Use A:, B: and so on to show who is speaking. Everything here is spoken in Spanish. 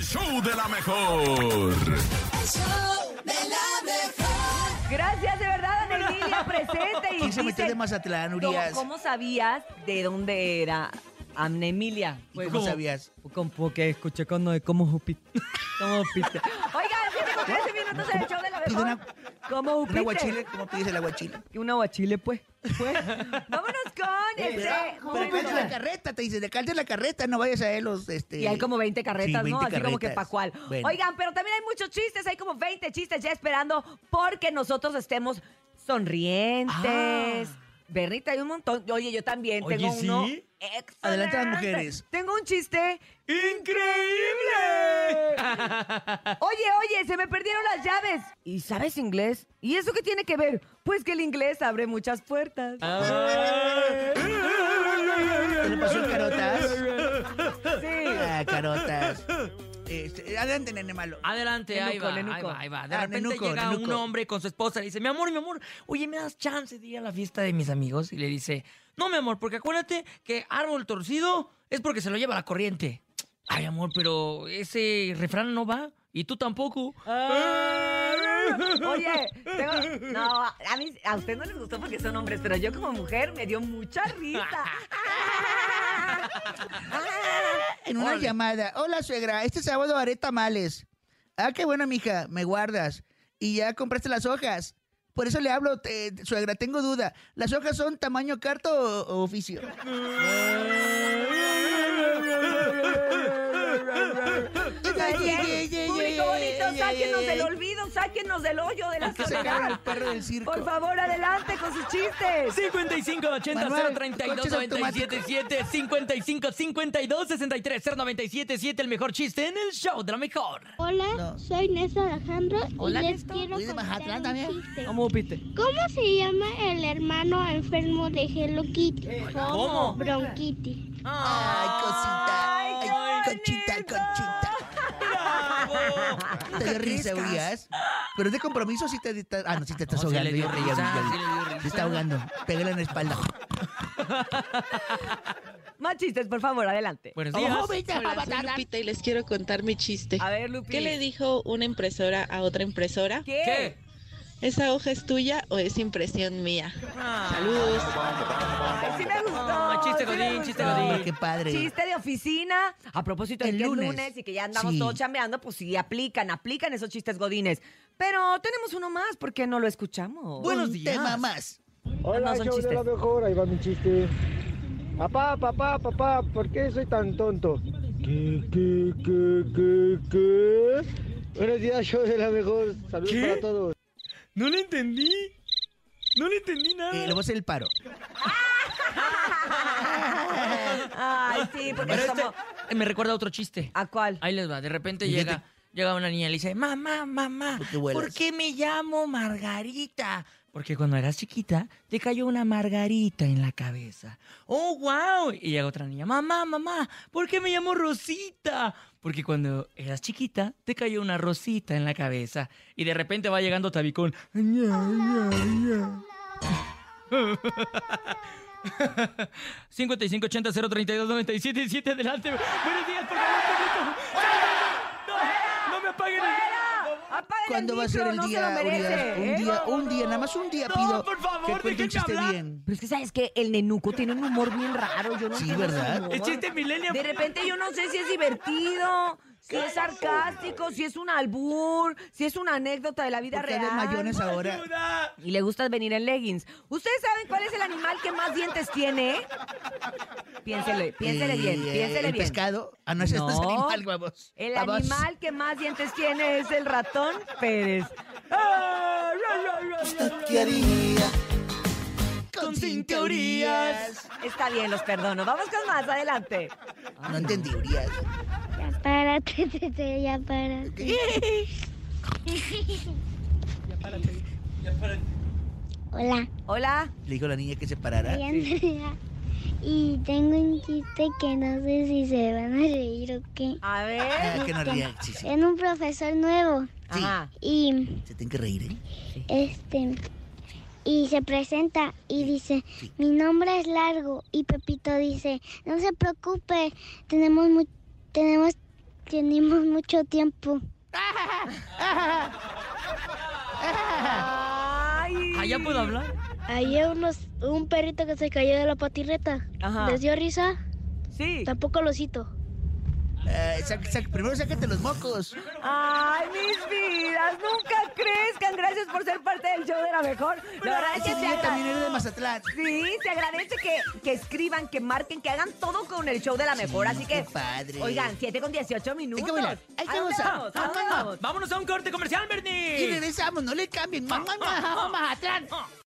A: show de la mejor.
B: Gracias, de verdad, Ana Emilia, presente. Y
C: ¿Quién se metió
B: dice,
C: de Mazatlán,
B: "Do-
C: Urias?
B: ¿Cómo sabías de dónde era Ana Emilia? Pues,
C: ¿Y cómo sabías?
B: Con- Porque escuché cuando de cómo supiste. ¿Cómo supiste? Oigan, 7 con 13 minutos en el show de la
C: Pide
B: mejor.
C: una-
B: ¿Cómo
C: ¿Un
B: supiste?
C: aguachile? ¿Cómo pides el aguachile?
B: Que Un aguachile, pues. pues. Vámonos con este
C: Pero
B: momento.
C: calce la carreta, te dicen, calce la carreta, no vayas a ver los... Este...
B: Y hay como 20 carretas,
C: Sí,
B: ¿no?
C: 20
B: Así como que
C: carretas.
B: pa' cuál.
C: Bueno.
B: Oigan, pero también hay muchos chistes, hay como 20 chistes ya esperando porque nosotros estemos
C: Ah.
B: sonrientes. Bernita, hay un montón. Oye, yo también
D: Oye,
B: tengo
D: ¿sí?
B: uno. Excelente.
C: Adelante las mujeres.
B: Tengo un chiste.
D: ¡Increíble!
B: Oye, oye, se me perdieron las llaves. ¿Y sabes inglés? ¿Y eso qué tiene que ver? Pues que el inglés abre muchas puertas.
C: Ah. ¿Qué le pasó, carotas?
B: Sí.
C: Ah, carotas. Este, adelante, nene malo.
D: Adelante,
B: Nenuco,
D: ahí, va,
B: nenuco.
D: ahí va, ahí va. De
C: Ah,
D: repente
C: nenuco,
D: llega un
C: nenuco.
D: hombre con su esposa y le dice, mi amor, mi amor, oye, ¿me das chance de ir a la fiesta de mis amigos? Y le dice, no, mi amor, porque acuérdate que árbol torcido es porque se lo lleva la corriente. Ay, amor, pero ese refrán no va y tú tampoco.
C: Ah.
B: Ah. Oye, tengo- no, a, mí, a usted no les gustó porque son hombres, pero yo como mujer me dio mucha risa. Ah.
C: En una
D: Órale.
C: llamada. Hola, suegra. Este sábado haré tamales. Ah, qué bueno, mija. Me guardas. Y ya compraste las hojas. Por eso le hablo, te- suegra. Tengo duda. ¿Las hojas son tamaño carta o, o oficio?
B: Público bonito, sáquenos del olvido, sáquenos del hoyo de la
C: Que sacaron al
B: soledad.
C: perro del circo.
B: Por favor, adelante con sus chistes.
D: 55 80
C: Manuel,
D: 032
C: coches
D: 97 7 55 52 63 097 7 el mejor chiste en el show de la mejor.
E: Hola,
C: No.
E: soy Néstor Alejandro
D: Hola,
E: y les
D: Néstor.
E: quiero
C: Soy de
E: contar
C: Mazatlán
E: un
C: también.
E: chiste.
D: ¿Cómo pite?
E: ¿Cómo se llama el hermano enfermo de Hello Kitty?
C: Eh,
D: ¿Cómo?
E: Bronquiti.
C: Ay, cosita.
B: Ay, qué
C: Ay, conchita,
B: bonito.
C: conchita. ¿Te dio risa, Urias? Pero es de compromiso si te está... Ah, no, si te estás
D: No, sí
C: ahogando.
D: le dio
C: ya vi, ya vi,
D: risa,
C: ya vi.
D: sí le dio
C: Te está
D: risa.
C: ahogando. Pégale en la espalda.
B: Más chistes, por favor, adelante.
D: Buenos días.
C: Ojo, vete a
F: Hola, soy
C: patatán.
F: Lupita y les quiero contar mi chiste.
B: A ver, Lupi.
F: ¿Qué le dijo una impresora a otra impresora?
B: ¿Qué?
D: ¿Qué?
F: ¿Esa hoja es tuya o es impresión mía?
B: Ah.
F: Saludos.
B: Ay, sí me gustó.
D: Ah, chiste
B: sí me
D: godín, chiste
B: gustó.
D: godín.
C: Qué padre.
B: Chiste de oficina. A propósito de
C: El
B: que es
C: lunes.
B: lunes y que ya andamos
C: Sí.
B: todos chambeando, pues sí, aplican, aplican esos chistes godines. Pero tenemos uno más, ¿por qué no lo escuchamos?
D: Buenos
C: Un
D: días.
C: tema más.
B: No,
G: Hola,
B: son
G: show de la
B: chistes.
G: mejor, ahí va mi chiste. Papá, papá, papá, ¿por qué soy tan tonto? ¿Qué, qué, qué, qué, qué? Buenos días, show de la mejor. Saludos
D: ¿Qué?
G: para todos.
D: No le entendí. No le entendí nada.
C: Eh, le voy a hacer el paro.
B: Ay, sí, porque
D: Pero
B: es
D: este
B: como...
D: eh, me recuerda a otro chiste.
B: ¿A cuál?
D: Ahí les va. De repente
C: Fíjate.
D: llega, llega una niña y le dice, mamá, mamá,
C: ¿Por qué
D: ¿por qué,
C: vuelas?
D: me llamo Margarita? Porque cuando eras chiquita te cayó una margarita en la cabeza. ¡Oh, wow! Y llega otra niña, mamá, mamá, ¿por qué me llamo Rosita? Porque cuando eras chiquita te cayó una rosita en la cabeza. Y de repente va llegando Tabicón. "Ña, ña, ña". 5580 032 977 adelante. Buenos días, por favor, público. No, no me apaguen.
B: Apaguen
C: ¿Cuándo
B: el
C: va a ser
B: micro,
C: el
B: no se lo
C: día,
B: merece,
C: Urias? Un
B: ¿eh?
C: día, un día, nada más un día
D: No,
C: pido
D: por favor,
C: que cuente
D: déjenme
C: un chiste
D: hablar.
C: bien.
B: Pero es que sabes que el nenuco tiene un humor bien raro, yo no
C: Sí,
B: entiendo su
C: ¿verdad?
B: humor.
D: El chiste milenio.
B: De repente yo no sé si es divertido, si es sarcástico, si es un albur, si es una anécdota de la vida
C: ¿Por qué
B: real.
C: hablan mayones ahora?
D: Ayuda.
B: Y le gusta venir en leggings. ¿Ustedes saben cuál es el animal que más dientes tiene? Piénsele, piénsele
C: Eh,
B: bien, piénsele
C: ¿El
B: bien.
C: pescado? Ah, no, ese no es
B: No.
C: animal, vamos.
B: El
C: Vamos.
B: animal que más dientes tiene es el ratón Pérez. ¡Ah!
C: ¿Qué haría? Con
D: Con
C: sin
D: sin
C: teorías.
B: Está bien, los perdono. Vamos con más, adelante.
C: Ah, No entendí, Urias.
E: Ya párate, Tete, ya párate. Hola,
B: Hola.
C: Le dijo la niña que se parara.
E: soy Andrea. Y tengo un chiste que no sé si se van a reír o qué.
B: A ver.
C: Ah, que no ría. Sí, sí.
E: En un profesor nuevo
C: Sí.
B: Ajá.
E: y
C: Se tienen que reír, ¿eh?
E: Este. Y se presenta y dice, mi nombre es largo. Y Pepito dice, no se preocupe, tenemos mu- tenemos Tenemos mucho tiempo.
B: ¡Ay!
D: Ah, ya puedo hablar.
E: Había unos, un perrito que se cayó de la patineta.
B: Ajá.
E: ¿Les dio risa?
B: Sí.
E: Tampoco lo cito.
C: Eh, sa- sa- primero sácate los mocos.
B: Ay, mis vidas, nunca crezcan. Gracias por ser parte del show de la mejor. La verdad es que
C: Ese
B: se
C: niño también
B: agradece.
C: era de Mazatlán.
B: Sí, se agradece que, que escriban, que marquen, que hagan todo con el show de la mejor. Así que,
C: qué padre.
B: oigan, 7 con 18 minutos.
C: bailar, hay
B: ¿A
C: que
B: dónde
C: gozar.
B: vamos? ¿A dónde
D: Ah,
B: vamos?
D: Vámonos a un corte comercial, Bernie. Ah,
C: Y regresamos, no le cambien. Mamá, mamá, Mazatlán.